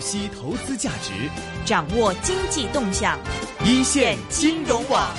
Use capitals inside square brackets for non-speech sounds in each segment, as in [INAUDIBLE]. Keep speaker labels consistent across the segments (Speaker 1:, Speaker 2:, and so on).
Speaker 1: 析投资价值，
Speaker 2: 掌握经济动向，
Speaker 1: 一线
Speaker 2: 金融网。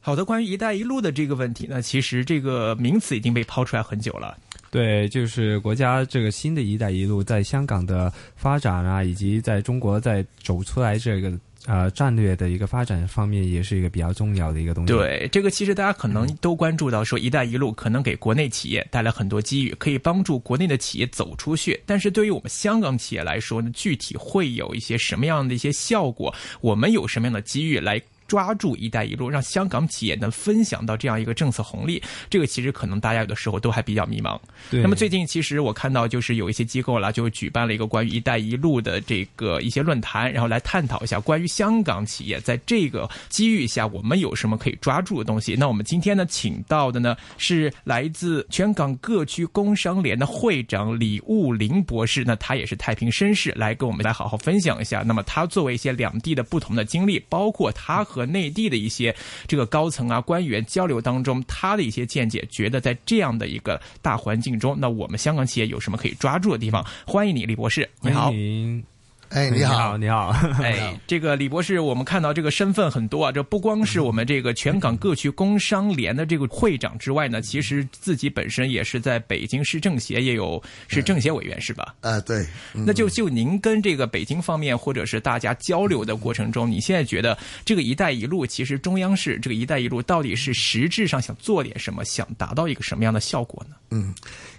Speaker 3: 好的，关于“一带一路”的这个问题呢，其实这个名词已经被抛出来很久了。
Speaker 4: 对，就是国家这个新的一带一路在香港的发展啊，以及在中国在走出来这个呃战略的一个发展方面，也是一个比较重要的一个东西。
Speaker 3: 对，这个其实大家可能都关注到，说“一带一路”可能给国内企业带来很多机遇，可以帮助国内的企业走出去。但是对于我们香港企业来说呢，具体会有一些什么样的一些效果？我们有什么样的机遇来？抓住“一带一路”，让香港企业能分享到这样一个政策红利，这个其实可能大家有的时候都还比较迷茫。
Speaker 4: 对
Speaker 3: 那么最近其实我看到就是有一些机构啦，就举办了一个关于“一带一路”的这个一些论坛，然后来探讨一下关于香港企业在这个机遇下我们有什么可以抓住的东西。那我们今天呢，请到的呢是来自全港各区工商联的会长李悟林博士，那他也是太平绅士，来跟我们来好好分享一下。那么他作为一些两地的不同的经历，包括他和和内地的一些这个高层啊官员交流当中，他的一些见解，觉得在这样的一个大环境中，那我们香港企业有什么可以抓住的地方？欢迎你，李博士，你好
Speaker 4: 欢。迎，
Speaker 5: 哎，
Speaker 4: 你
Speaker 5: 你
Speaker 4: 好，
Speaker 5: 好，
Speaker 4: 你好，
Speaker 3: 哎，这个李博士，我们看到这个身份很多啊，这不光是我们这个全港各区工商联的这个会长之外呢，其实自己本身也是在北京市政协也有是政协委员是吧？
Speaker 5: 啊，对，
Speaker 3: 那就就您跟这个北京方面或者是大家交流的过程中，你现在觉得这个“一带一路”其实中央是这个“一带一路”到底是实质上想做点什么，想达到一个什么样的效果呢？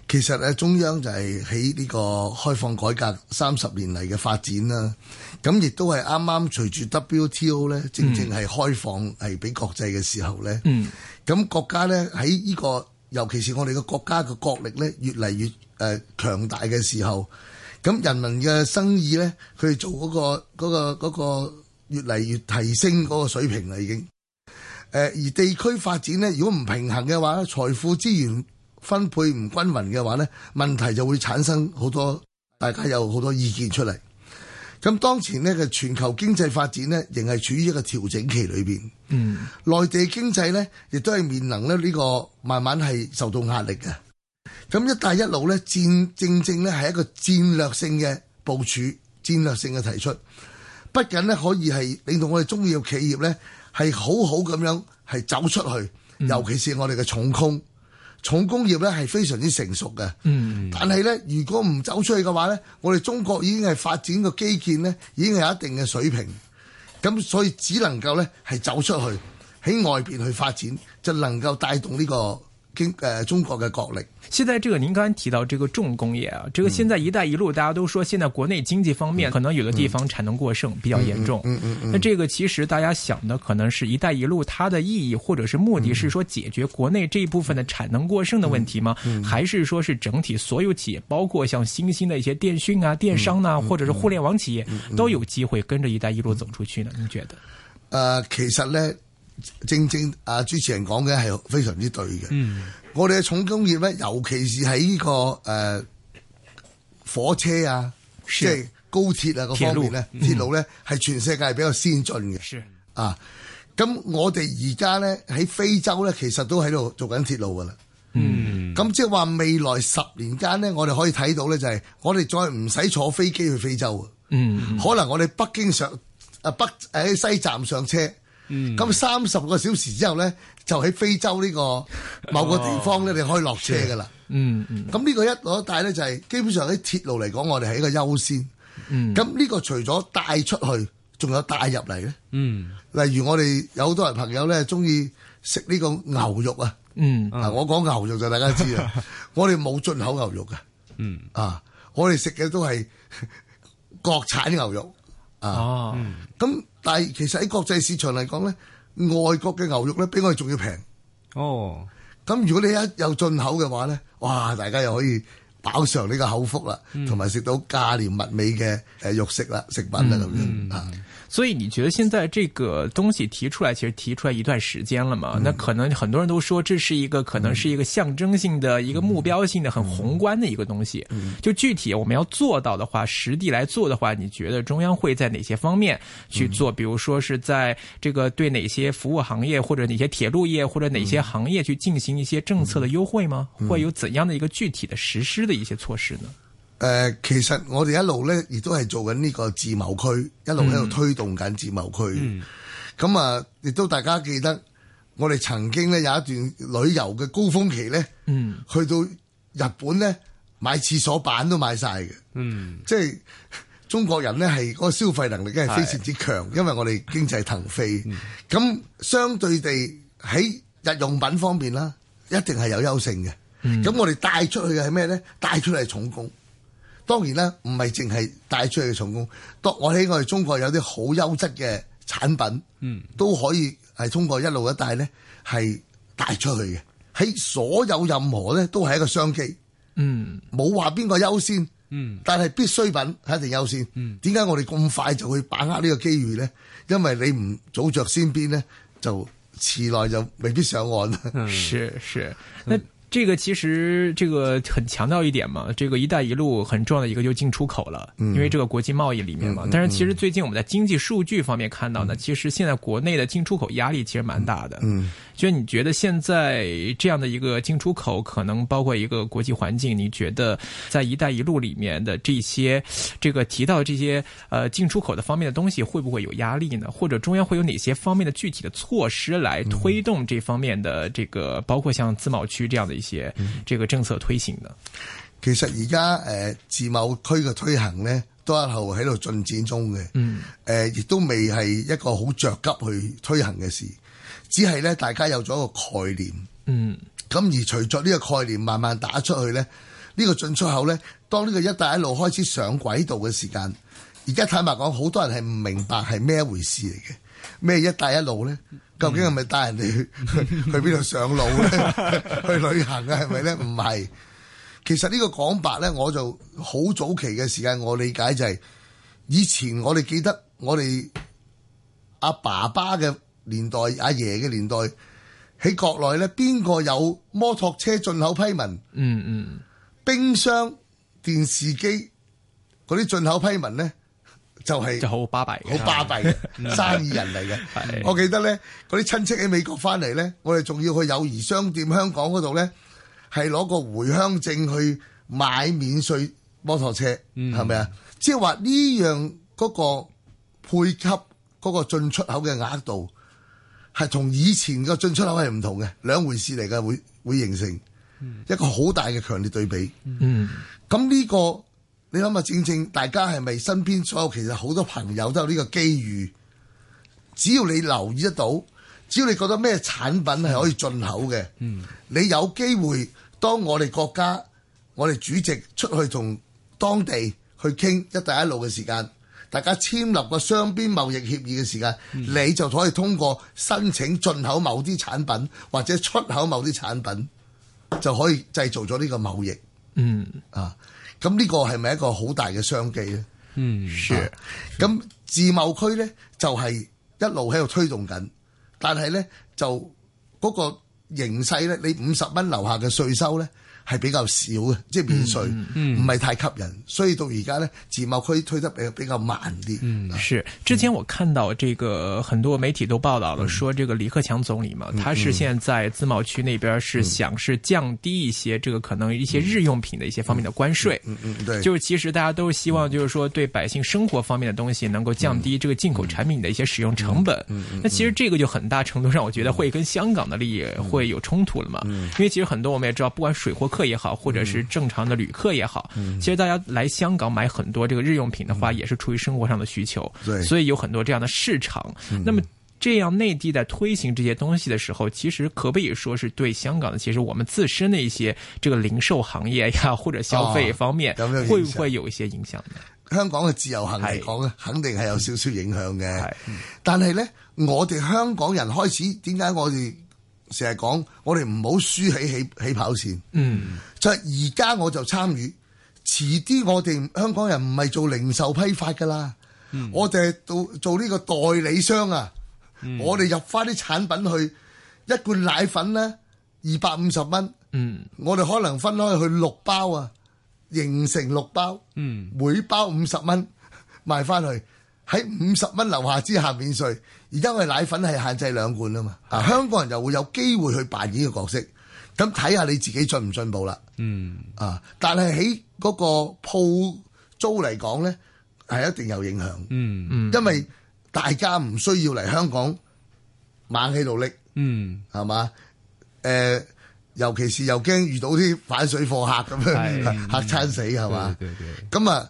Speaker 5: 其實咧中央就係喺呢個開放改革三十年嚟嘅發展啦，咁亦都係啱啱隨住 WTO 咧，正正係開放係俾國際嘅時候咧，
Speaker 3: 嗯
Speaker 5: 咁國家咧喺呢個，尤其是我哋嘅國家嘅國力咧越嚟越誒、呃、強大嘅時候，咁人民嘅生意咧，佢哋做嗰、個嗰、個嗰、個越嚟越提升嗰個水平啦已經。誒、而地區發展咧，如果唔平衡嘅話咧，財富資源分配唔均勻嘅話咧，問題就會產生好多，大家有好多意見出嚟。咁當前呢嘅全球經濟發展呢，仍係處於一個調整期裏邊。
Speaker 3: 嗯，
Speaker 5: 內地經濟呢，亦都係面臨咧呢個慢慢係受到壓力嘅。咁一帶一路呢，戰正正呢係一個戰略性嘅部署，戰略性嘅提出，不僅呢可以係令到我哋中小企業呢係好好咁樣係走出去，尤其是我哋嘅重工。重工業咧係非常之成熟嘅，嗯，但係咧，如果唔走出去嘅話咧，我哋中國已經係發展個基建咧，已經係有一定嘅水平，咁所以只能夠咧係走出去喺外邊去發展，就能夠帶動呢個經誒、呃中國嘅國力。
Speaker 3: 现在这个您刚才提到这个重工业啊，这个现在“一带一路”大家都说现在国内经济方面可能有的地方产能过剩比较严重，嗯嗯，那这个其实大家想的可能是一带一路它的意义或者是目的是说解决国内这一部分的产能过剩的问题吗？还是说是整体所有企业，包括像新兴的一些电讯啊、电商啊，或者是互联网企业都有机会跟着“一带一路”走出去呢？您觉得？
Speaker 5: 誒、呃其實咧，正正啊主持人講嘅係非常之對嘅。嗯，我哋嘅重工業咧，尤其是喺呢、個誒、呃火車啊，
Speaker 3: 是
Speaker 5: 即係高鐵啊嗰方面咧，鐵路咧係全世界比較先進嘅。
Speaker 3: 是，
Speaker 5: 啊，咁我哋而家咧喺非洲咧，其實都喺度做緊鐵路噶啦。嗯，咁即係話未來十年間咧，我哋可以睇到咧，就係我哋再唔使坐飛機去非洲啊。
Speaker 3: 嗯，
Speaker 5: 可能我哋北京上啊北喺西站上車，
Speaker 3: 嗯
Speaker 5: 咁三十個小時之後咧，就喺非洲呢個某個地方咧，你可以落車噶啦。
Speaker 3: 哦嗯嗯
Speaker 5: 咁呢個一攞帶咧就係、基本上喺鐵路嚟講，我哋係一個優先。
Speaker 3: 嗯
Speaker 5: 咁呢、個除咗帶出去，仲有帶入嚟咧。
Speaker 4: 嗯，
Speaker 5: 例如我哋有好多人朋友咧，中意食呢個牛肉啊。
Speaker 3: 嗯，
Speaker 5: 啊，我講牛肉就大家知啦。我哋冇進口牛肉嘅。嗯。啊，我哋食嘅都係 [LAUGHS] 國產牛肉。
Speaker 3: 哦，
Speaker 5: 咁但係其實喺國際市場嚟講咧，外國嘅牛肉咧比我哋仲要平。
Speaker 4: [LAUGHS] 哦，
Speaker 5: 咁如果你一有進口嘅話咧，哇！大家又可以飽嘗呢個口福啦，同埋食到價廉物美嘅誒肉食啦、食品啦咁樣啊。
Speaker 3: 所以你觉得现在这个东西提出来，其实提出来一段时间了嘛？那可能很多人都说这是一个可能是一个象征性的、一个目标性的、很宏观的一个东西。就具体我们要做到的话，实地来做的话，你觉得中央会在哪些方面去做？比如说是在这个对哪些服务行业，或者哪些铁路业，或者哪些行业去进行一些政策的优惠吗？会有怎样的一个具体的实施的一些措施呢？
Speaker 5: 誒、誒、呃其實我哋一路咧，亦都係做緊呢個自貿區，一路喺度推動緊自貿區。咁啊、亦都大家記得，我哋曾經咧有一段旅遊嘅高峰期咧，
Speaker 3: 嗯
Speaker 5: 去到日本咧買廁所板都買晒嘅。
Speaker 4: 嗯，
Speaker 5: 即係 [LAUGHS] 中國人咧係嗰個消費能力咧係嗯非常之強，因為我哋經濟騰飛。咁、相對地喺日用品方面啦，一定係有優勝嘅。咁、我哋帶出去嘅係咩咧？帶出去係重工。當然啦，唔係淨係帶出去嘅重工，當我喺我哋中國有啲好優質嘅產品，嗯，都可以係通過一路一帶咧係帶出去嘅。喺所有任何咧都係一個商機。
Speaker 3: 嗯
Speaker 5: 冇話邊個優先，
Speaker 4: 嗯，
Speaker 5: 但係必需品係一定優先。點解、我哋咁快就去把握呢個機遇咧？因為你唔早着先邊咧，就遲來就未必上岸啦。
Speaker 3: 嗯是是，那这个其实这个很强调一点嘛，这个“一带一路”很重要的一个就是进出口了，因为这个国际贸易里面嘛。但是其实最近我们在经济数据方面看到呢，其实现在国内的进出口压力其实蛮大的。
Speaker 5: 嗯，
Speaker 3: 就你觉得现在这样的一个进出口，可能包括一个国际环境，你觉得在“一带一路”里面的这些这个提到这些呃进出口的方面的东西，会不会有压力呢？或者中央会有哪些方面的具体的措施来推动这方面的这个，包括像自贸区这样的一些
Speaker 5: 嗯
Speaker 3: 这个政策推行呢？
Speaker 5: 其實而家誒自貿區嘅推行咧，都一路喺度進展中嘅。
Speaker 3: 嗯，
Speaker 5: 誒亦都未係一個好着急去推行嘅事，只係咧大家有咗一個概念。
Speaker 3: 嗯
Speaker 5: 咁而隨着呢個概念慢慢打出去呢，呢、個進出口呢，當呢個一帶一路開始上軌道嘅時間，而家坦白講，好多人係唔明白係咩一回事嚟嘅，咩一帶一路呢？究竟係咪帶人哋去
Speaker 3: 嗯
Speaker 5: 去邊度上路呢？
Speaker 3: [LAUGHS]
Speaker 5: 去旅行啊？係咪呢？唔係。其實呢個講白呢，我就好早期嘅時間，我理解就係、以前我哋記得我哋阿爸爸嘅年代、阿爺嘅年代喺國內咧，邊個有摩托車進口批文、
Speaker 3: 嗯嗯，
Speaker 5: 冰箱、電視機嗰啲進口批文咧，就係、
Speaker 3: 就好巴閉嘅，
Speaker 5: 好巴閉嘅生意人嚟
Speaker 3: 嗯係
Speaker 5: 嘅。我記得咧，嗰啲親戚喺美國翻嚟咧，我哋仲要去友誼商店香港嗰度咧，係攞個回鄉證去買免税摩托車，係咪啊？即係話呢樣嗰個配給嗰個進出口嘅額度，係同以前嘅進出口係唔同嘅，兩回事嚟嘅，會會形成一個好大嘅強烈對比。
Speaker 3: 嗯
Speaker 5: 咁呢、個你諗下，正正大家係咪身邊所有其實好多朋友都有呢個機遇？只要你留意得到，只要你覺得咩產品係可以進口嘅，嗯、你有機會當我哋國家我哋主席出去同當地去傾一帶一路嘅時間。大家簽立個雙邊貿易協議嘅時間，你就可以通過申請進口某啲產品或者出口某啲產品，就可以製造咗呢個貿易。
Speaker 3: 嗯，
Speaker 5: 啊，咁呢個係咪一個好大嘅商機咧？
Speaker 4: 嗯，
Speaker 5: 是。咁自貿區咧就係、一路喺度推動緊，但係咧就嗰個形勢咧，你五十蚊樓下嘅税收咧係比較少嘅，即係免税，唔係、太吸引，所以到而家咧自貿區推得比較比較慢啲。嗯
Speaker 3: 是，之前我看到这个很多媒体都报道了，说这个李克强总理嘛，他是现在自贸区那边是想是降低一些这个可能一些日用品的一些方面的关税。
Speaker 5: 嗯嗯，對。
Speaker 3: 就是其实大家都希
Speaker 5: 嗯
Speaker 3: 望，就是说对百姓生活方面的东西能够降低这个进口
Speaker 5: 嗯
Speaker 3: 产品的一些使用成本。那其实这个就很大程度上，我觉得会跟香港的利益
Speaker 5: 嗯
Speaker 3: 会有冲突了嘛。因为其实很多我们也知道，不管水货客也好，或者是
Speaker 5: 嗯
Speaker 3: 正常的旅客也好，其实大家来香港买很多这个日用品的话，也是出于生活上的需求
Speaker 5: 嗯对，嗯
Speaker 3: 所以有很多这样的市场。那么。这样，内地在推行这些东西的时候，其实可不可以说是对香港的，其实我们自身的一些这个零售行业呀，或者消费
Speaker 5: 哦
Speaker 3: 方面，
Speaker 5: 有沒有影響
Speaker 3: 会不会有一些影响呢？
Speaker 5: 香港嘅自由行嚟講咧，肯定係有少少影響嘅。
Speaker 3: 哎
Speaker 5: 但係咧，我哋香港人開始點解我哋成日講我哋唔好輸喺起起跑線？
Speaker 3: 嗯
Speaker 5: 就係而家我就參與，遲啲我哋香港人唔係做零售批發噶啦，我哋係做做呢個代理商啊，我哋入翻啲產品去，一罐奶粉咧二百五十蚊，
Speaker 3: 嗯
Speaker 5: 我哋可能分開去六包啊，形成六包，
Speaker 4: 嗯
Speaker 5: 每包五十蚊賣翻去。喺五十蚊樓下之下免税，而家我哋奶粉係限制兩罐啊嘛，啊香港人又會有機會去扮演呢個角色，咁睇下你自己進唔進步啦。
Speaker 4: 嗯，
Speaker 5: 啊，但係喺嗰個鋪租嚟講咧，係一定有影響。
Speaker 4: 嗯，
Speaker 3: 嗯
Speaker 5: 因為大家唔需要嚟香港猛起努力，
Speaker 4: 嗯，
Speaker 5: 係嘛？诶、尤其是又驚遇到啲反水貨客咁樣
Speaker 4: 係
Speaker 5: 嚇餐死係嘛？
Speaker 4: 对对对，
Speaker 5: 咁啊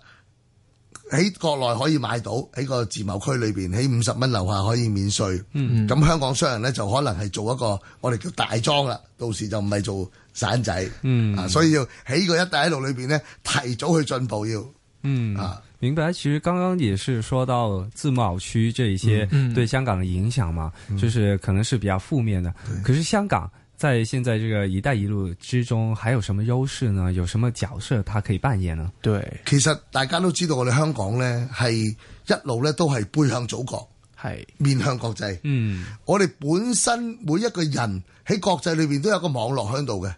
Speaker 5: 喺國內可以買到，喺個自貿區裏邊，喺五十蚊樓下可以免税。咁、香港商人咧就可能係做一個我哋叫大莊啦，到時就唔係做散仔。
Speaker 4: 嗯
Speaker 5: 啊，所以要喺個一帶一路裏邊咧，提早去進步要
Speaker 4: 嗯
Speaker 5: 啊。
Speaker 4: 明白，其实刚刚也是说到自贸区这一些
Speaker 3: 嗯嗯嗯
Speaker 4: 对香港的影响嘛，就是可能是比较负面的。可是香港在现在这个“一带一路”之中，还有什么优势呢？有什么角色它可以扮演呢？
Speaker 3: 對，
Speaker 5: 其實大家都知道，我哋香港咧係一路咧都係背向祖國，
Speaker 3: 係
Speaker 5: 面向國際。
Speaker 4: 嗯
Speaker 5: 我哋本身每一個人喺國際裏邊都有個網絡喺度嘅，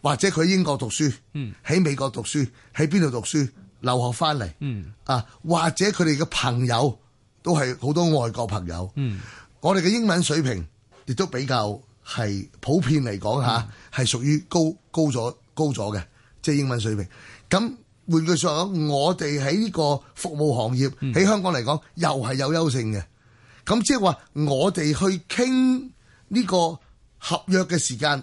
Speaker 5: 或者佢英國讀書，
Speaker 4: 嗯
Speaker 5: 喺美國讀書，喺邊度讀書，留學翻嚟，
Speaker 4: 嗯
Speaker 5: 啊，或者佢哋嘅朋友都係好多外國朋友。
Speaker 4: 嗯
Speaker 5: 我哋嘅英文水平亦都比較係普遍嚟講
Speaker 4: 嗯
Speaker 5: 吓，係屬於高高咗高咗嘅，即係英文水平。咁換句說話講，我哋喺呢個服務行業
Speaker 4: 嗯
Speaker 5: 喺香港嚟講，又係有優勝嘅。咁即係話，我哋去傾呢個合約嘅時間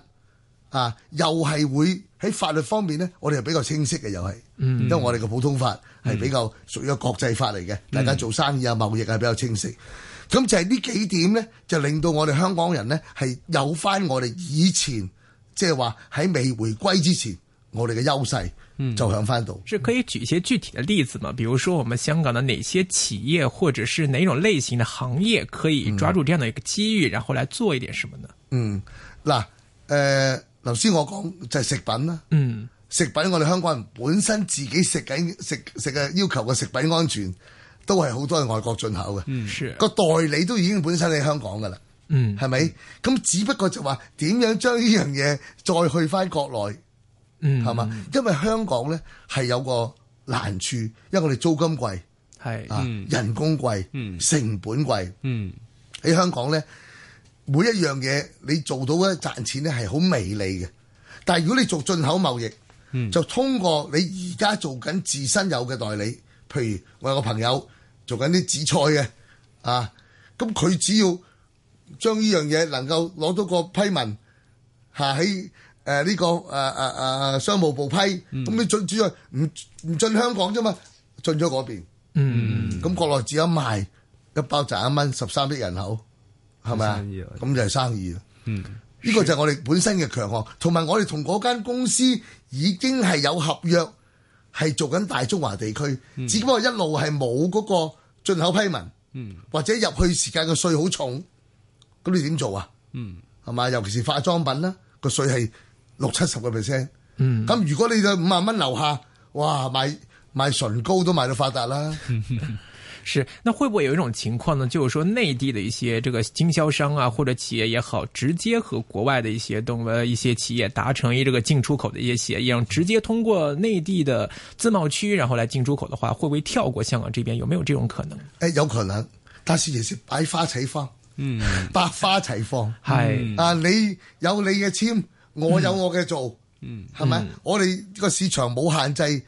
Speaker 5: 啊，又係會喺法律方面呢，我哋係比較清晰嘅，又係，因為我哋嘅普通法係比較屬於一個國際法嚟嘅，大家做生意啊、貿易係比較清晰。咁就係呢幾點呢，就令到我哋香港人呢係有翻我哋以前即係話喺未回歸之前我哋嘅優勢，就響翻度。
Speaker 3: 是可以舉一些具體的例子嗎？比如說，我們香港的哪些企業，或者是哪種類型的行業，可以抓住這樣的一個機遇，然後來做一點什麼呢？
Speaker 5: 嗯，嗱，誒，頭先我講就係食品啦。
Speaker 3: 嗯
Speaker 5: 食品，我哋香港人本身自己食緊食食嘅要求嘅食品安全，都係好多係外國進口嘅。嗯
Speaker 3: 是
Speaker 5: 個代理都已經本身喺香港噶啦，
Speaker 3: 嗯
Speaker 5: 係咪？咁只不過就話點樣將呢樣嘢再去翻國內
Speaker 3: 嗯，
Speaker 5: 係嘛？因為香港咧係有個難處，因為我哋租金貴
Speaker 3: 係
Speaker 5: 啊，人工貴，
Speaker 4: 嗯
Speaker 5: 成本貴。
Speaker 4: 嗯
Speaker 5: 喺香港咧，每一樣嘢你做到咧賺錢咧係好微利嘅。但係如果你做進口貿易，就通過你而家做緊自身有嘅代理，譬如我有個朋友做緊啲紫菜嘅，啊，咁佢只要將呢樣嘢能夠攞到個批文嚇喺誒呢個誒誒誒商務部批，咁、你進主要唔唔進香港啫嘛，進咗嗰邊。
Speaker 3: 嗯
Speaker 5: 咁國內只一賣一包賺一蚊，十三億人口，係咪啊
Speaker 4: 生意啊？
Speaker 5: 咁就係生意啦。
Speaker 4: 嗯
Speaker 5: 呢個就係我哋本身嘅強項，同埋我哋同嗰間公司已經係有合約，係做緊大中華地區，只不過一路係冇嗰個進口批文，
Speaker 4: 嗯
Speaker 5: 或者入去時間個税好重，咁你點做啊？
Speaker 4: 嗯
Speaker 5: 係嘛？尤其是化妝品啦，個税係六七十個 percent。
Speaker 3: 嗯
Speaker 5: 咁如果你就五萬蚊樓下，哇！賣賣唇膏都賣到發達啦。
Speaker 3: 是，那会不会有一种情况呢？就是说，内地的一些这个经销商啊，或者企业也好，直接和国外的一些东呃一些企业达成一这个进出口的一些协议，然后直接通过内地的自贸区，然后来进出口的话，会不会跳过香港这边？有没有这种可能？
Speaker 5: 誒有可能，但是其實百花齊放，
Speaker 4: 嗯
Speaker 5: [LAUGHS] 百花齊放。
Speaker 3: 係、
Speaker 5: 啊，你有你嘅簽，我有我嘅做，嗯，係咪？我哋個市場冇限制，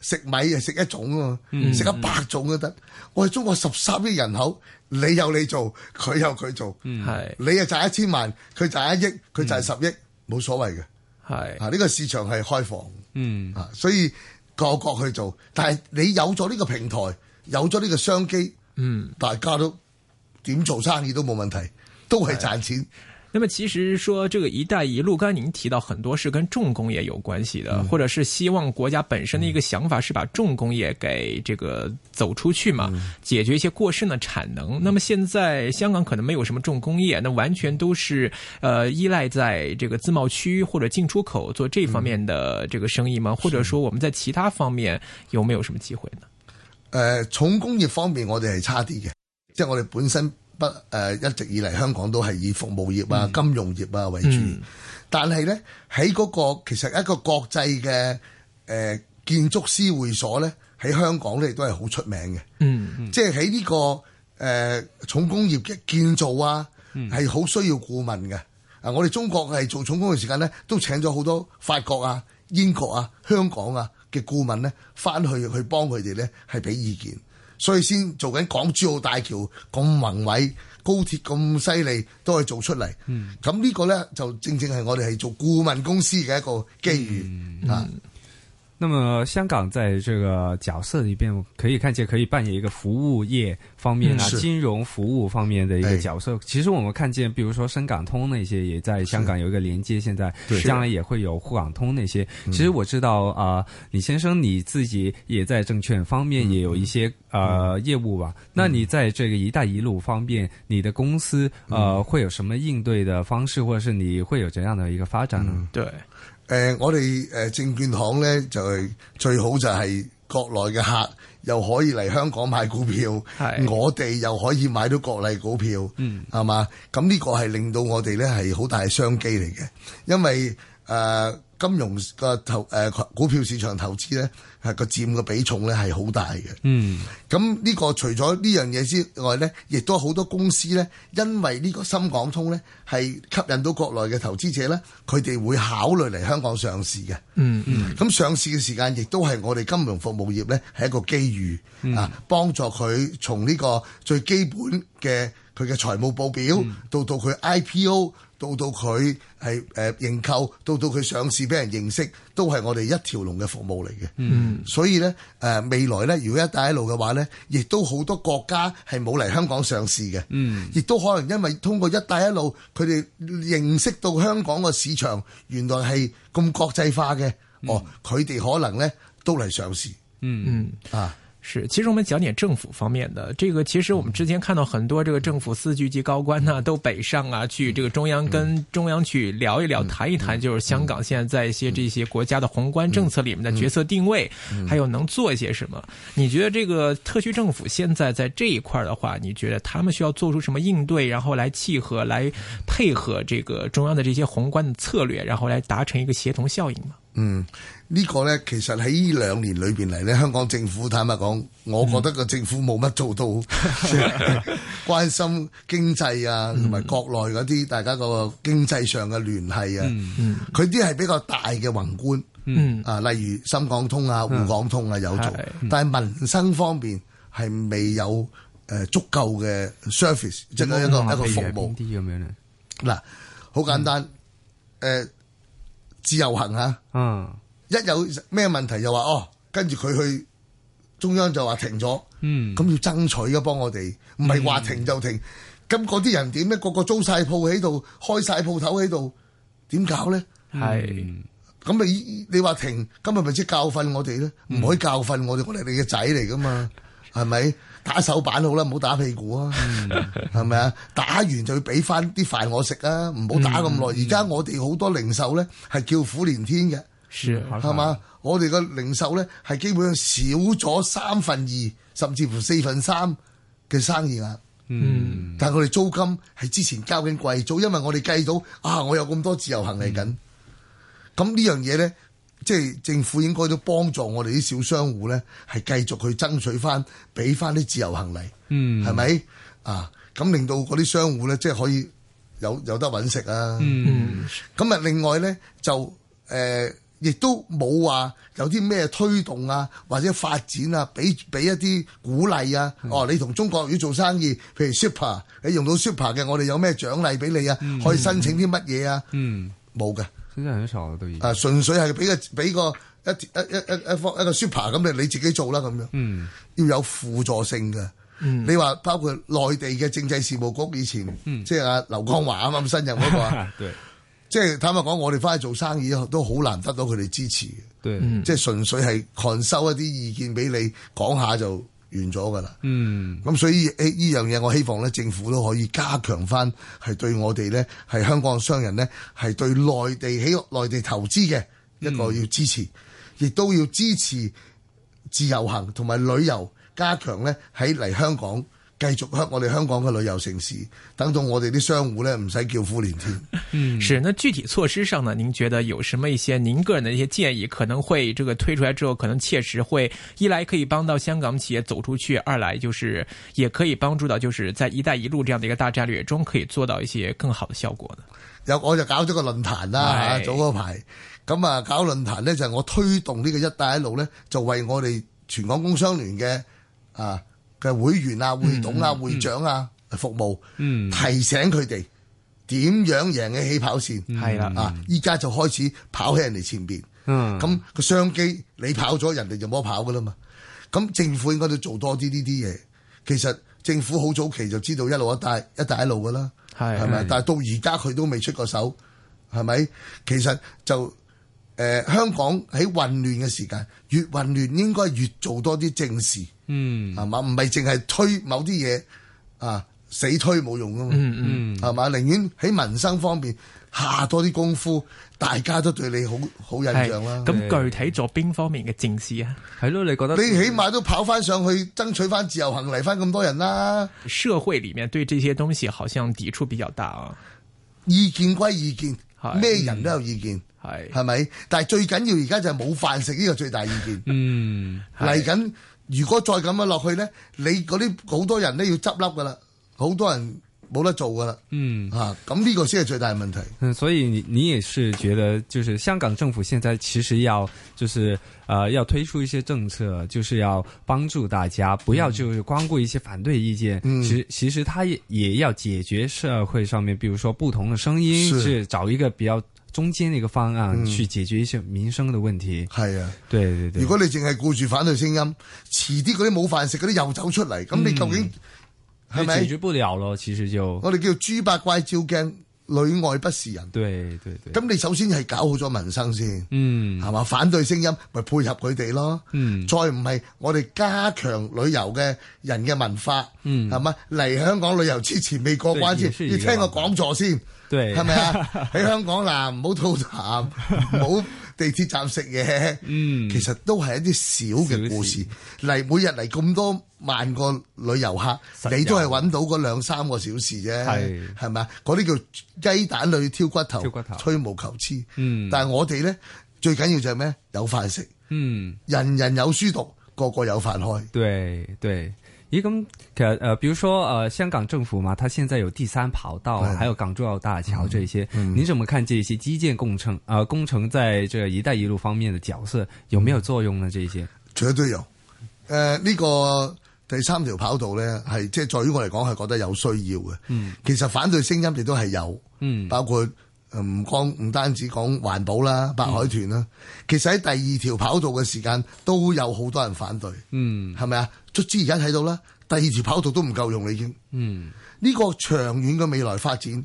Speaker 5: 食米啊食一種啊，食一百種都得。我哋中國十三億人口，你有你做，佢有佢做，你
Speaker 3: 嗯係
Speaker 5: 啊賺一千萬，佢賺一億，佢賺十億，冇所謂嘅。
Speaker 3: 係
Speaker 5: 啊，呢個市場係開放。
Speaker 4: 嗯
Speaker 5: 啊，所以各國去做，但係你有咗呢個平台，有咗呢個商機，嗯，大家都點做生意都冇問題，都係賺錢。
Speaker 3: 那么其实说这个“一带一路”，刚才您提到很多是跟重工业有关系的，或者是希望国家本身的一个想法是把重工业给这个走出去嘛，解决一些过剩的产能。那么现在香港可能没有什么重工业，那完全都是呃依赖在这个自贸区或者进出口做这方面的这个生意吗？或者说我们在其他方面有没有什么机会呢？
Speaker 5: 誒、重工業方面我哋係差啲嘅，即係我哋本身不誒、呃一直以嚟香港都係以服務業啊、金融業啊為主，
Speaker 3: 嗯
Speaker 5: 但係咧喺嗰個其實一個國際嘅誒、呃建築師會所咧喺香港咧亦都係好出名嘅。
Speaker 3: 嗯
Speaker 5: 即係喺呢個誒、呃重工業嘅建造啊，係好、需要顧問嘅。啊，我哋中國係做重工嘅時間咧，都請咗好多法國啊、英國啊、香港啊嘅顧問咧，翻去去幫佢哋咧係俾意見，所以先做緊港珠澳大橋咁宏偉。高鐵咁犀利都係做出嚟，咁、呢個呢，就正正係我哋係做顧問公司嘅一個機遇、啊！
Speaker 4: 那么香港在这个角色里边，可以看见可以扮演一个服务业方面啊
Speaker 5: 嗯、是
Speaker 4: 金融服务方面的一
Speaker 5: 哎
Speaker 4: 个角色。其实我们看见，比如说深港通那些也在香港有一个连接，现在
Speaker 5: 对嗯
Speaker 4: 将来也会有沪港通那些。其实我知道啊、李先生你自己也在证券方面也有一些、
Speaker 5: 嗯
Speaker 4: 呃业务吧？那你在这个“一带一路”方面，你的公司
Speaker 5: 嗯
Speaker 4: 呃会有什么应对的方式，或者是你会有怎样的一个发展呢？
Speaker 5: 嗯
Speaker 3: 对，
Speaker 5: 誒、呃我哋誒證券行咧就係、最好就係國內嘅客又可以嚟香港買股票，
Speaker 3: 係
Speaker 5: 我哋又可以買到國內股票，
Speaker 4: 嗯
Speaker 5: 係嘛？咁呢個係令到我哋咧係好大嘅商機嚟嘅，因為誒、呃金融個投誒、呃股票市場投資咧係個佔嘅比重咧係好大嘅。
Speaker 4: 嗯
Speaker 5: 咁呢個除咗呢樣嘢之外呢，亦都好多公司呢，因為呢個深港通呢，係吸引到國內嘅投資者呢，佢哋會考慮嚟香港上市嘅。
Speaker 3: 嗯嗯，
Speaker 5: 咁上市嘅時間亦都係我哋金融服務業呢，係一個機遇、啊，幫助佢從呢個最基本嘅佢嘅財務報表，到到佢 IPO，到到佢係誒認購，到到佢上市俾人認識，都係我哋一條龍嘅服務嚟嘅。嗯，所以呢，誒、未來呢，如果一帶一路嘅話呢，亦都好多國家係冇嚟香港上市嘅。嗯，亦都可能因為通過一帶一路，佢哋認識到香港個市場原來係咁國際化嘅。哦，佢哋可能咧都嚟上市
Speaker 4: 嗯
Speaker 3: 嗯。
Speaker 5: 啊，
Speaker 3: 是，其实我们讲点政府方面的这个，其实我们之前看到很多这个政府四局级高官呢、都北上啊，去这个中央跟中央去聊一聊、谈一谈，就是香港现在在一些这些国家的宏观政策里面的角色定位，还有能做些什么。你觉得这个特区政府现在在这一块儿的话，你觉得他们需要做出什么应对，然后来契合、来配合这个中央的这些宏观的策略，然后来达成一个协同效应吗？
Speaker 5: 嗯，呢個咧其實喺呢兩年裏邊嚟咧，香港政府坦白講，我覺得個政府冇乜做到關心經濟啊，同埋國內嗰啲大家個經濟上嘅聯繫啊，佢啲係比較大嘅宏觀。
Speaker 3: 嗯
Speaker 5: 啊，例如深港通啊、滬港通啊有做
Speaker 3: 係，
Speaker 5: 但係民生方面係未有誒足夠嘅 service，即係一個一個服務。
Speaker 4: 啲咁樣咧，
Speaker 5: 嗱，好簡單，誒、自由行啊，
Speaker 4: 嗯。
Speaker 5: 一有咩問題就話哦，跟住佢去中央就話停咗，
Speaker 4: 嗯
Speaker 5: 咁要爭取嘅幫我哋，唔係話停就停。咁嗰啲人點咧？個個租晒鋪喺度，開晒鋪頭喺度，點搞咧？
Speaker 3: 系
Speaker 5: 咁咪你話停，咁咪咪即係教訓我哋咧？唔可以教訓我哋，我哋係你嘅仔嚟噶嘛，係咪？打手板好啦，唔好打屁股啊，係咪啊？打完就要俾翻啲飯我食啊，唔好打咁耐。而家我哋好多零售咧係叫苦連天嘅，
Speaker 3: 是
Speaker 5: 係嘛？我哋嘅零售咧係基本上少咗三分二，甚至乎四分三嘅生意額。
Speaker 3: 嗯
Speaker 5: 但係我哋租金係之前交緊貴租，因為我哋計到啊，我有咁多自由行嚟緊。咁
Speaker 3: 嗯
Speaker 5: 呢、樣嘢呢，即係政府應該都幫助我哋啲小商户呢，係繼續去爭取翻，俾翻啲自由行嚟，
Speaker 4: 嗯
Speaker 5: 係咪啊？咁令到嗰啲商户呢，即係可以有有得揾食啊。
Speaker 3: 嗯
Speaker 5: 咁啊，另外咧就誒、呃亦都冇話有啲咩推動啊，或者發展啊，俾俾一啲鼓勵啊。哦，你同中國要做生意，譬如 Super，你用到 Super 嘅，我哋有咩獎勵俾你啊？可以申請啲乜嘢啊？
Speaker 4: 嗯，
Speaker 5: 冇嘅，
Speaker 4: 真係很少都已經。
Speaker 5: 啊，純粹係俾個俾個一一一一一方一個 Super 咁，你你自己做啦咁樣。
Speaker 4: 嗯
Speaker 5: 要有輔助性嘅。你話包括內地嘅政制事務局以前，即係阿劉江華啱啱新任嗰、個啊。
Speaker 4: 啊，對
Speaker 5: 即係坦白講，我哋翻去做生意都好難得到佢哋支持嘅，
Speaker 4: 對，
Speaker 3: 嗯
Speaker 5: 即係純粹係看收一啲意見俾你講下就完咗噶啦。
Speaker 4: 嗯
Speaker 5: 咁所以呢呢樣嘢，我希望咧政府都可以加強翻，係對我哋咧係香港商人咧係對內地喺內地投資嘅一個要支持，亦都要支持自由行同埋旅遊，加強咧喺嚟香港。繼續香我哋香港嘅旅遊城市，等到我哋啲商戶咧唔使叫苦連天。
Speaker 3: 是，那具体措施上呢？您觉得有什么一些您个人的一些建议，可能会这个推出来之后，可能切实会一来可以帮到香港企业走出去，二来就是也可以帮助到就是在“一带一路”这样的一个大战略中，可以做到一些更好的效果呢？
Speaker 5: 誒、有我就搞咗個論壇啦，
Speaker 3: 係
Speaker 5: 早嗰排咁啊，搞論壇咧就係我推動呢個一帶一路咧，就為我哋全港工商聯嘅啊嘅會員啊、會董啊、會長啊服務，
Speaker 4: 嗯
Speaker 5: 提醒佢哋點樣贏喺起跑線。
Speaker 3: 係啦
Speaker 5: 啊，依家就開始跑喺人哋前邊。
Speaker 4: 嗯，
Speaker 5: 咁個商機你跑咗，人哋就冇得跑噶啦嘛。咁政府應該都做多啲呢啲嘢。其實政府好早期就知道一路一帶一帶一路噶啦，
Speaker 3: 哎係
Speaker 5: 係咪？但係到而家佢都未出過手，係咪？其實就誒、呃香港喺混亂嘅時間，越混亂應該越做多啲正事，
Speaker 4: 嗯
Speaker 5: 係嘛？唔係淨係推某啲嘢啊，死推冇用噶嘛。
Speaker 3: 嗯嗯，
Speaker 4: 嗯
Speaker 5: 係嘛？寧願喺民生方面下多啲功夫，大家都對你好好印
Speaker 3: 係
Speaker 5: 象啦。
Speaker 3: 咁具體做邊方面嘅政事啊？
Speaker 4: 係咯，你覺得
Speaker 5: 你起碼都跑翻上去，爭取翻自由行嚟翻咁多人啦。
Speaker 3: 社會裡面對這些東西好像抵觸比較大啊，
Speaker 5: 意見歸意見
Speaker 3: 係，
Speaker 5: 咩人都有意見，
Speaker 3: 係
Speaker 5: 係咪？但係最緊要而家就係冇飯食呢個最大意見。
Speaker 4: 嗯
Speaker 5: 嚟緊如果再咁樣落去咧，你嗰啲好多人咧要執笠噶啦，好多人冇得做噶啦。
Speaker 4: 嗯。
Speaker 5: 啊，咁呢個先係最大問題。
Speaker 4: 嗯，所以你你也是觉得，就是香港政府现在其实要就是呃要推出一些政策，就是要帮助大家，不要就是光顾一些反对意见。
Speaker 5: 嗯
Speaker 4: 其实其实他也也要解决社会上面，比如说不同的声音，
Speaker 5: 是
Speaker 4: 是找一个比较中间的一个方案、
Speaker 5: 嗯
Speaker 4: 去解决一些民生的问题。
Speaker 5: 係啊。
Speaker 4: 对对对，
Speaker 5: 如果你淨係顧住反對聲音，遲啲嗰啲冇飯食嗰啲又走出嚟，咁
Speaker 4: 嗯
Speaker 5: 你究竟係
Speaker 4: 就解
Speaker 5: 咪？
Speaker 4: 决不了咯，其实就
Speaker 5: 我哋叫豬八怪照鏡，裏外不是人。
Speaker 4: 对对对，
Speaker 5: 咁你首先係搞好咗民生先，
Speaker 4: 嗯
Speaker 5: 係嘛？反對聲音咪配合佢哋咯。
Speaker 4: 嗯
Speaker 5: 再唔係我哋加強旅遊嘅人嘅文化，
Speaker 4: 嗯
Speaker 5: 係嘛？嚟香港旅遊之前未過關先，
Speaker 4: 對
Speaker 5: 要
Speaker 4: 也是一個
Speaker 5: 聽我講座先。
Speaker 4: 对，
Speaker 5: 係咪
Speaker 4: [LAUGHS]
Speaker 5: 啊？喺香港嗱，唔好吐痰，唔好地鐵站食嘢。
Speaker 4: 嗯
Speaker 5: 其實都係一啲小嘅故事。嚟每日嚟咁多萬個旅遊客，
Speaker 4: 實有
Speaker 5: 你都係揾到嗰兩三個小時啫，
Speaker 4: 係
Speaker 5: 係咪啊？嗰啲叫雞蛋裏挑骨頭，
Speaker 4: 挑骨頭
Speaker 5: 吹毛求疵。
Speaker 4: 嗯
Speaker 5: 但係我哋咧最緊要就係咩？有飯食，
Speaker 4: 嗯。
Speaker 5: 人人有書讀，個個有飯開。
Speaker 4: 对对，咦咁其實呃，比如說呃，香港政府嘛，它現在有第三跑道啊，
Speaker 5: 嗯
Speaker 4: 還有港珠澳大橋这些，您怎麼看這些基建工程啊、呃工程在這個“一帶一路”方面的角色有沒有作用呢？这些，
Speaker 5: 絕對有。誒、呃呢、個第三條跑道咧，係即係在於我嚟講係覺得有需要嘅。嗯，其實反對聲音亦都係有，
Speaker 4: 嗯
Speaker 5: 包括呃唔光唔單止講環保啦、白海豚啦，其實喺第二條跑道嘅時間都有好多人反對，
Speaker 4: 嗯
Speaker 5: 係咪啊？卒之而家睇到啦，第二條跑道都唔夠用啦已經。
Speaker 4: 嗯
Speaker 5: 呢、個長遠嘅未來發展，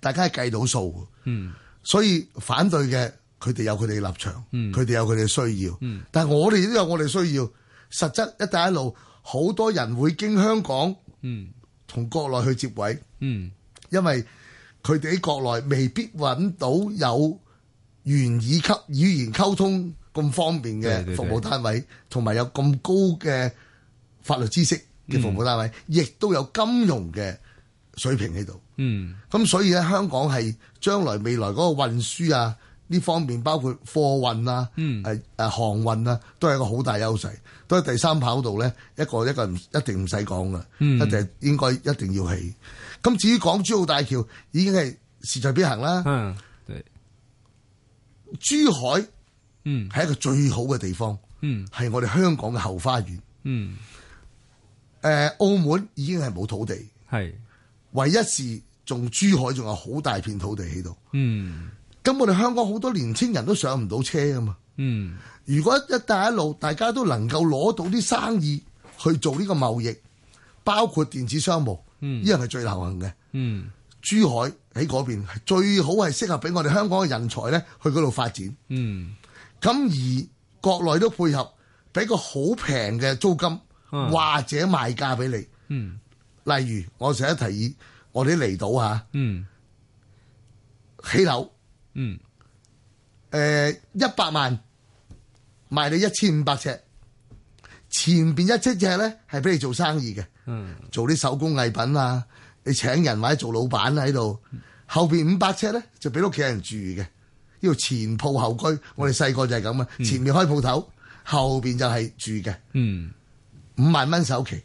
Speaker 5: 大家係計到數嘅。
Speaker 4: 嗯
Speaker 5: 所以反對嘅佢哋有佢哋嘅立場，
Speaker 4: 嗯
Speaker 5: 佢哋有佢哋嘅需要。
Speaker 4: 嗯
Speaker 5: 但係我哋都有我哋嘅需要。實質一帶一路好多人會經香港
Speaker 4: 嗯
Speaker 5: 同國內去接軌，
Speaker 4: 嗯
Speaker 5: 因為佢哋喺國內未必揾到有原以級語言溝通咁方便
Speaker 4: 對
Speaker 5: 嘅
Speaker 4: 對對
Speaker 5: 服務單位，同埋有咁高嘅法律知識
Speaker 4: 嗯
Speaker 5: 嘅服務單位，亦、都有金融嘅水平喺度。
Speaker 4: 嗯
Speaker 5: 咁所以咧，香港係將來未來嗰個運輸啊，呢方面包括貨運啊、誒誒、
Speaker 4: 嗯
Speaker 5: 航運啊，都係一個好大優勢。都係第三跑道咧，一個一個唔一定唔使講噶，
Speaker 4: 嗯
Speaker 5: 一定應該一定要起。咁至於港珠澳大橋已經係事在必行啦。
Speaker 4: 嗯，對，
Speaker 5: 珠海
Speaker 4: 嗯
Speaker 5: 係一個最好嘅地方，
Speaker 4: 嗯
Speaker 5: 係我哋香港嘅後花園。誒、
Speaker 4: 嗯，
Speaker 5: 澳門已經係冇土地，
Speaker 4: 係，
Speaker 5: 唯一是仲珠海仲有好大片土地喺度。
Speaker 4: 嗯
Speaker 5: 咁我哋香港好多年青人都上唔到車噶嘛。
Speaker 4: 嗯
Speaker 5: 如果一帶一路大家都能夠攞到啲生意去做呢個貿易，包括電子商務，呢
Speaker 4: 嗯
Speaker 5: 樣係最流行嘅。
Speaker 4: 嗯
Speaker 5: 珠海喺嗰邊係最好係適合俾我哋香港嘅人才咧去嗰度發展。
Speaker 4: 嗯
Speaker 5: 咁而國內都配合，俾個好平嘅租金
Speaker 4: 嗯
Speaker 5: 或者賣價俾你。
Speaker 4: 嗯
Speaker 5: 例如我成日提議，我哋嚟到嚇
Speaker 4: 嗯
Speaker 5: 啊起樓，
Speaker 4: 嗯
Speaker 5: 誒呃一百萬賣你一千五百尺，前邊一千尺咧係俾你做生意嘅。
Speaker 4: 嗯
Speaker 5: 做啲手工藝品啊，你請人或者做老闆啊喺度，後邊五百尺咧就俾屋企人住嘅，呢度前鋪後居，我哋細個就係咁啊，前面開鋪頭，後邊就係住嘅，
Speaker 4: 嗯
Speaker 5: 五萬蚊首期，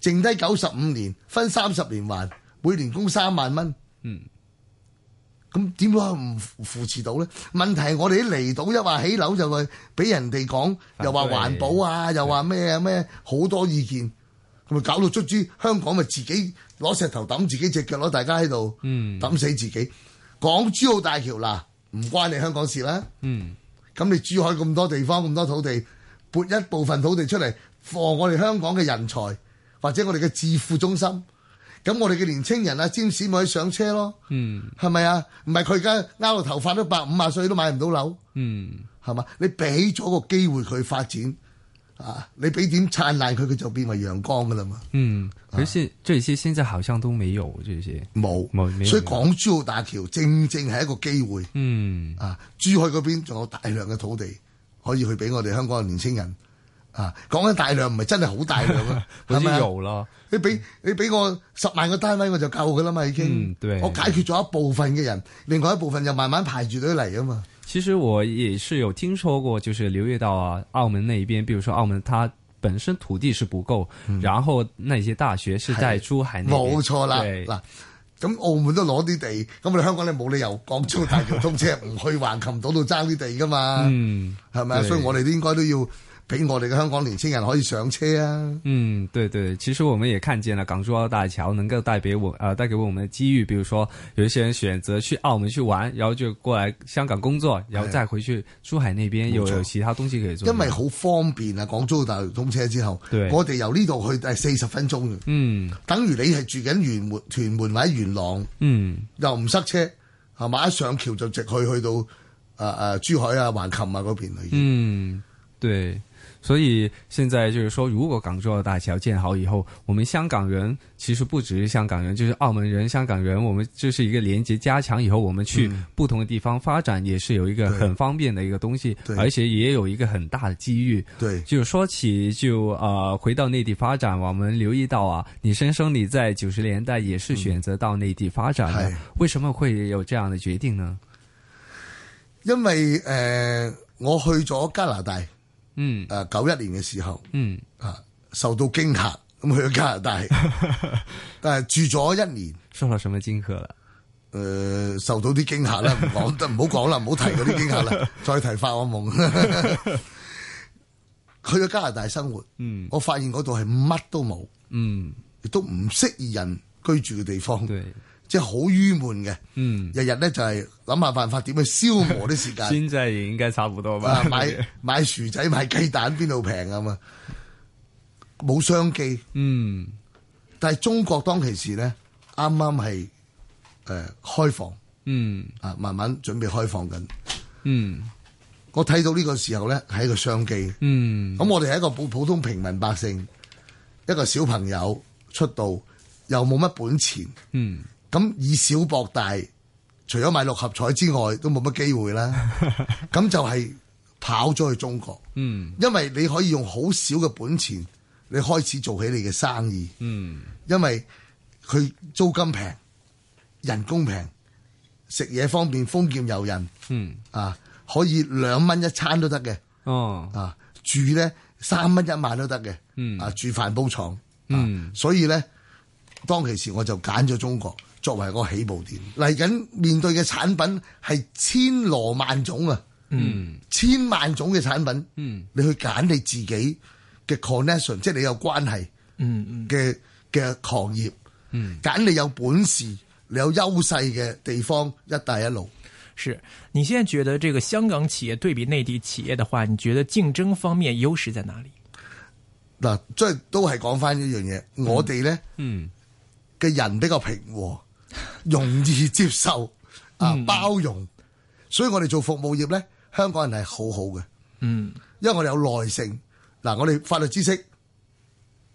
Speaker 5: 剩低九十五年分三十年還，每年供三萬蚊，
Speaker 4: 嗯
Speaker 5: 咁點解唔扶扶持到咧？問題係我哋啲離島一話起樓就話俾人哋講，又話環保啊，又話咩啊咩，好多意見，咁咪搞到卒之香港咪自己攞石頭揼自己只腳咯，大家喺度
Speaker 4: 嗯
Speaker 5: 揼死自己。港珠澳大橋嗱，唔關你香港事啦。
Speaker 4: 嗯，
Speaker 5: 咁你珠海咁多地方咁多土地，撥一部分土地出嚟，放我哋香港嘅人才或者我哋嘅致富中心，咁我哋嘅年青人啊，詹士咪可以上車咯。
Speaker 4: 嗯
Speaker 5: 係咪啊？唔係佢而家拗到頭髮都白五啊歲都買唔到樓，
Speaker 4: 嗯
Speaker 5: 係嘛？你俾咗個機會佢發展啊，你俾點燦爛佢，佢就變為陽光噶啦嘛。
Speaker 4: 嗯，可是这些现在好像都没有这些，
Speaker 5: 冇
Speaker 4: 冇冇，
Speaker 5: 所以港珠澳大橋正正係一個機會
Speaker 4: 嗯
Speaker 5: 啊！珠海嗰邊仲有大量嘅土地可以去俾我哋香港嘅年青人啊！講緊大量唔係真係好大量啊，
Speaker 4: [LAUGHS] 好
Speaker 5: 係
Speaker 4: 似
Speaker 5: 咪啊
Speaker 4: 有咯，
Speaker 5: 你俾你俾我十萬個單位我就夠噶啦嘛，已經
Speaker 4: 嗯。對
Speaker 5: 我解決咗一部分嘅人，另外一部分就慢慢排住隊嚟啊嘛。
Speaker 4: 其实我也是有听说过，就是留意到啊，澳门那一边，比如说澳门它本身土地是不够，然后那些大学是在珠嗯海那边，
Speaker 5: 冇錯啦，
Speaker 4: 对
Speaker 5: 嗱，咁澳門都攞啲地，咁我哋香港你冇理由港珠澳大橋通車唔去橫琴島度爭啲地噶嘛，
Speaker 4: 嗯
Speaker 5: 係咪啊？
Speaker 4: 對
Speaker 5: 所以我哋都應該都要俾我哋嘅香港年青人可以上車啊。
Speaker 4: 嗯，对对，其实我们也看见了港珠澳大桥能够带给我呃带给我们的机遇，比如说有一些人选择去澳门去玩，然后就过来香港工作，然后再回去珠海那边有
Speaker 5: 没错
Speaker 4: 有其他东西可以做，
Speaker 5: 因為好方便啊！港珠澳大橋通車之後
Speaker 4: 對，
Speaker 5: 我哋由呢度去係哎四十分鐘嘅，
Speaker 4: 嗯
Speaker 5: 等於你係住緊元門、屯門或者元朗，
Speaker 4: 嗯
Speaker 5: 又唔塞車，係嘛？一上橋就直去去到誒誒、呃呃珠海啊、橫琴啊嗰邊啦已經
Speaker 4: 嗯，对。所以现在就是说，如果港珠澳大桥建好以后，我们香港人其实不只是香港人，就是澳门人、香港人，我们这是一个连接加强以后，我们去不同的地方发展也是有一个
Speaker 5: 对
Speaker 4: 很方便的一个东西
Speaker 5: 对，
Speaker 4: 而且也有一个很大的机遇。
Speaker 5: 對。
Speaker 4: 就说起就呃，回到内地发展，我们留意到啊，你先生你在九十年代也是选择到内地发展的，
Speaker 5: 嗯是
Speaker 4: 为什么会有这样的决定呢？
Speaker 5: 因為誒、呃我去咗加拿大。
Speaker 4: 嗯
Speaker 5: 誒九一年嘅時候
Speaker 4: 嗯
Speaker 5: 啊，受到驚嚇，咁去咗加拿大，但係住咗一年，誒、
Speaker 4: 受到什么惊吓了？
Speaker 5: 受到啲驚嚇啦，唔講得，唔好講啦，唔好提嗰啲驚
Speaker 4: [LAUGHS]
Speaker 5: 嚇啦，再提發惡夢。 [LAUGHS] 去咗加拿大生活，
Speaker 4: 嗯
Speaker 5: 我發現嗰度係乜都冇，
Speaker 4: 嗯，
Speaker 5: 亦都唔適宜人居住嘅地方，
Speaker 4: 对，
Speaker 5: 即係好鬱悶嘅。
Speaker 4: 嗯，
Speaker 5: 日日咧就係諗下辦法點去消磨啲
Speaker 4: [LAUGHS]
Speaker 5: 時間。
Speaker 4: 现在也应该差不多吧
Speaker 5: 啊，？買買薯仔、買雞蛋邊度平啊嘛，冇商機。
Speaker 4: 嗯
Speaker 5: 但係中國當其時咧，啱啱係誒開放
Speaker 4: 嗯
Speaker 5: 啊，慢慢準備開放緊。
Speaker 4: 嗯
Speaker 5: 我睇到呢個時候咧，係一個商機。
Speaker 4: 嗯
Speaker 5: 咁我哋係一個普普通平民百姓，一個小朋友出道，又冇乜本錢，
Speaker 4: 嗯，
Speaker 5: 咁以小博大，除咗買六合彩之外，都冇乜機
Speaker 4: [LAUGHS]
Speaker 5: 會啦。咁就係跑咗去中國，
Speaker 4: 嗯
Speaker 5: 因為你可以用好少嘅本錢，你開始做起你嘅生意。
Speaker 4: 嗯
Speaker 5: 因為佢租金平，人工平，食嘢方便，豐儉由人
Speaker 4: 嗯，
Speaker 5: 啊，可以兩蚊一餐都得嘅
Speaker 4: 哦，
Speaker 5: 啊，住咧三蚊一晚都得嘅，
Speaker 4: 嗯
Speaker 5: 啊住飯煲床，啊
Speaker 4: 嗯
Speaker 5: 所以咧當其時我就揀咗中國作為我起步點，嚟緊面對嘅產品係千羅萬種啊，
Speaker 4: 嗯
Speaker 5: 千萬種嘅產品，
Speaker 4: 嗯
Speaker 5: 你去揀你自己嘅 connection，即係你有關係。
Speaker 3: 嗯嗯
Speaker 5: 嘅嘅行業，
Speaker 4: 嗯，
Speaker 5: 揀你有本事、你有優勢嘅地方，一帶一路。
Speaker 3: 是你现在觉得这个香港企业对比内地企业的话，你觉得竞争方面优势在哪里？
Speaker 5: 嗱，即係都係講翻一樣嘢，我哋咧
Speaker 4: 嗯
Speaker 5: 嘅人比較平和， [LAUGHS] 容易接受啊，包容，所以我哋做服務業咧，香港人係好好嘅，
Speaker 3: 嗯
Speaker 5: 因為我哋有耐性。嗱，我哋法律知識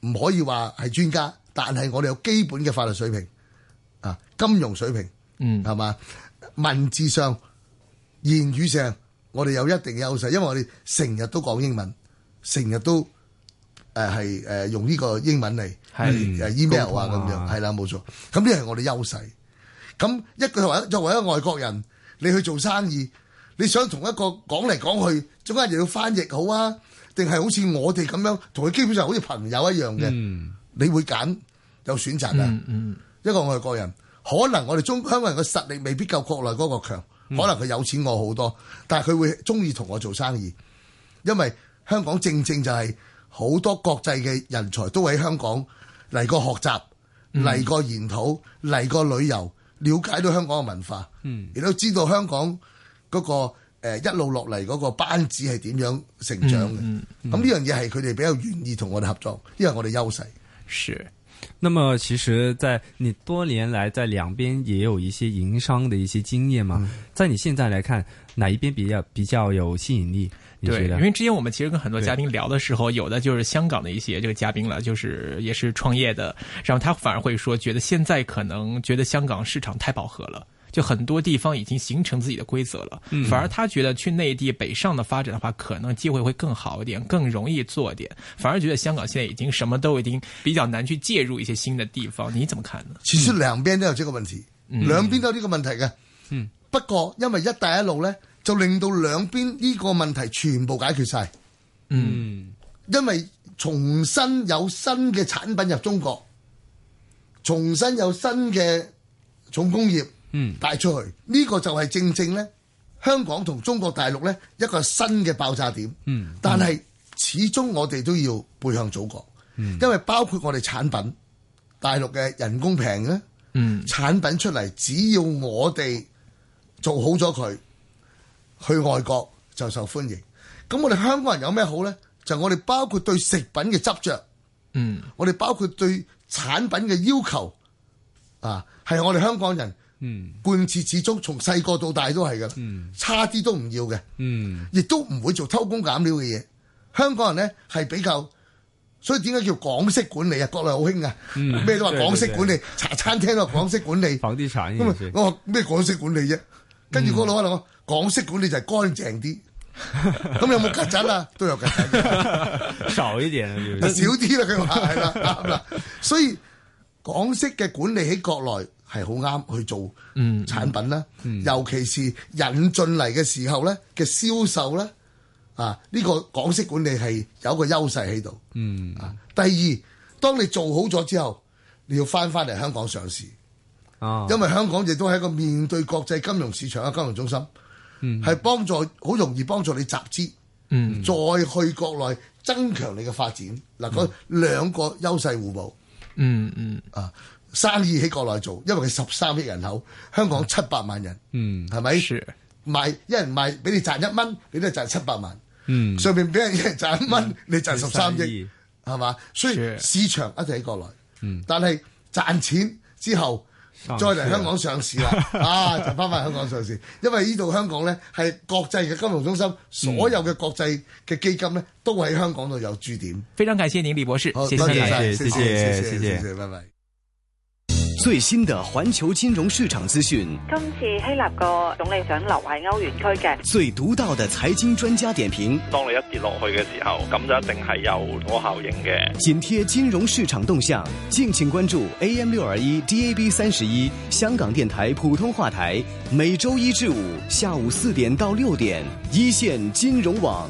Speaker 5: 唔可以話係專家，但係我哋有基本嘅法律水平啊，金融水平。
Speaker 3: 嗯
Speaker 5: 係嘛？文字上、言語上，我哋有一定優勢，因為我哋成日都講英文，成日都誒係誒用呢個英文嚟
Speaker 3: 係
Speaker 5: 誒 email 啊
Speaker 4: 溝
Speaker 5: 咁
Speaker 4: 通
Speaker 5: 樣，
Speaker 4: 啊
Speaker 5: 係啦冇錯。咁呢係我哋優勢。咁一個作為作為一個外國人，你去做生意，你想同一個講嚟講去，中間又要翻譯好啊，定係好似我哋咁樣同佢基本上好似朋友一樣嘅，
Speaker 4: 嗯
Speaker 5: 你會揀有選擇㗎。
Speaker 3: 嗯嗯
Speaker 5: 一個外國人可能我哋中香港人嘅實力未必夠國內嗰個強，可能佢有錢我好多，但係佢會中意同我做生意，因為香港正正就係好多國際嘅人才都喺香港嚟過學習，嚟過研討，嚟過旅遊，了解到香港嘅文化，亦都知道香港嗰、個、呃、一路落嚟嗰個班子係點樣成長
Speaker 3: 嗯
Speaker 5: 嘅。咁呢樣嘢係佢哋比較願意同我哋合作，因為我哋優勢。
Speaker 3: 是，
Speaker 4: 那么其实，在你多年来在两边也有一些营商的一些经验嘛，在你现在来看，哪一边比较比较有吸引力？你
Speaker 3: 对，
Speaker 4: 觉
Speaker 3: 因
Speaker 4: 得？
Speaker 3: 为之前我们其实跟很多嘉宾聊的时候，有的就是香港的一些这个嘉宾了，就是也是创业的，然后他反而会说，觉得现在可能觉得香港市场太饱和了。就很多地方已经形成自己的规则了，反而他觉得去内地北上的发展的话，可能机会会更好一点，更容易做一点。反而觉得香港现在已经什么都已经比较难去介入一些新的地方，你怎么看呢？
Speaker 5: 其實兩邊都有呢個問題，兩邊都有呢個問題嘅。嗯，不過因為一帶一路呢，就令到兩邊呢個問題全部解決晒，
Speaker 3: 嗯
Speaker 5: 因為重新有新嘅產品入中國，重新有新嘅重工業
Speaker 4: 嗯
Speaker 5: 帶出去，呢、個就係正正呢香港同中國大陸呢一個新嘅爆炸點。
Speaker 4: 嗯嗯
Speaker 5: 但係始終我哋都要背向祖國，因為包括我哋產品，大陸嘅人工平咧，
Speaker 3: 嗯
Speaker 5: 產品出嚟只要我哋做好咗佢，去外國就受歡迎。咁我哋香港人有咩好呢？就我哋包括對食品嘅執着，
Speaker 3: 嗯
Speaker 5: 我哋包括對產品嘅要求，啊，係我哋香港人
Speaker 4: 嗯
Speaker 5: 貫徹始終，從細個到大都係噶啦，差啲都唔要嘅。
Speaker 4: 嗯
Speaker 5: 亦都唔會做偷工減料嘅嘢。香港人呢係比較，所以點解叫港式管理啊？國內好興啊，咩、都話港式管理，茶餐廳都話港式管理。
Speaker 4: 房地产
Speaker 5: 咁
Speaker 4: 也
Speaker 5: 啊
Speaker 4: 是，
Speaker 5: 我話咩港式管理啫？跟住嗰老喺度講，港式管理就係乾
Speaker 3: [LAUGHS]
Speaker 5: 淨啲。咁有冇曱甴啊？都有曱甴嘅，
Speaker 4: 少一点了，就
Speaker 5: 但
Speaker 4: 是
Speaker 5: 少啲啦。佢話係啦，啱啦。所以港式嘅管理喺國內係好啱去做
Speaker 3: 嗯
Speaker 5: 產品啦，尤其是引進嚟嘅時候咧嘅銷售咧，啊呢、個港式管理係有一個優勢喺度。
Speaker 4: 嗯
Speaker 5: 啊，第二，當你做好咗之後，你要翻翻嚟香港上市，
Speaker 4: 啊，
Speaker 5: 因為香港亦都係一個面對國際金融市場嘅金融中心，係、幫助好容易幫助你集資，
Speaker 3: 嗯
Speaker 5: 再去國內增強你嘅發展。嗱、嗰兩個優勢互補。
Speaker 3: 嗯嗯
Speaker 5: 啊，生意喺國內做，因為佢十三億人口，香港七百萬人，
Speaker 4: 嗯
Speaker 5: 係咪？
Speaker 3: 是
Speaker 5: 賣一人賣俾你賺一蚊，你都係賺七百萬。
Speaker 4: 嗯，
Speaker 5: 上面俾人一人賺一蚊，你賺十三
Speaker 4: 生
Speaker 5: 億
Speaker 4: 意，
Speaker 5: 係嘛？所以
Speaker 3: 是
Speaker 5: 市場一定喺國內。但係賺錢之後。再
Speaker 4: 上市
Speaker 5: 嚟香港上市啦，啊，就翻返香港上市，因為呢度香港呢係國際嘅金融中心，所有嘅國際嘅基金呢都喺香港度有駐點。
Speaker 3: 非常感谢您，李博士，
Speaker 5: 好，
Speaker 3: 谢
Speaker 5: 多
Speaker 3: 您
Speaker 5: 謝
Speaker 4: 謝
Speaker 5: 晒，嗯謝
Speaker 4: 謝謝
Speaker 5: 謝
Speaker 4: 謝
Speaker 5: 謝謝，謝謝拜拜。
Speaker 1: 最新的环球金融市场资讯，
Speaker 6: 今次希臘個總理想留喺歐元區嘅。
Speaker 1: 最獨到的财经专家点评，
Speaker 7: 當你一跌落去嘅時候，咁就一定係有嗰個效應嘅。
Speaker 1: 紧贴金融市场动向。敬请关注 AM 六二一 DAB 三十一香港电台普通话台，每周一至五下午四点到六点，一线金融网。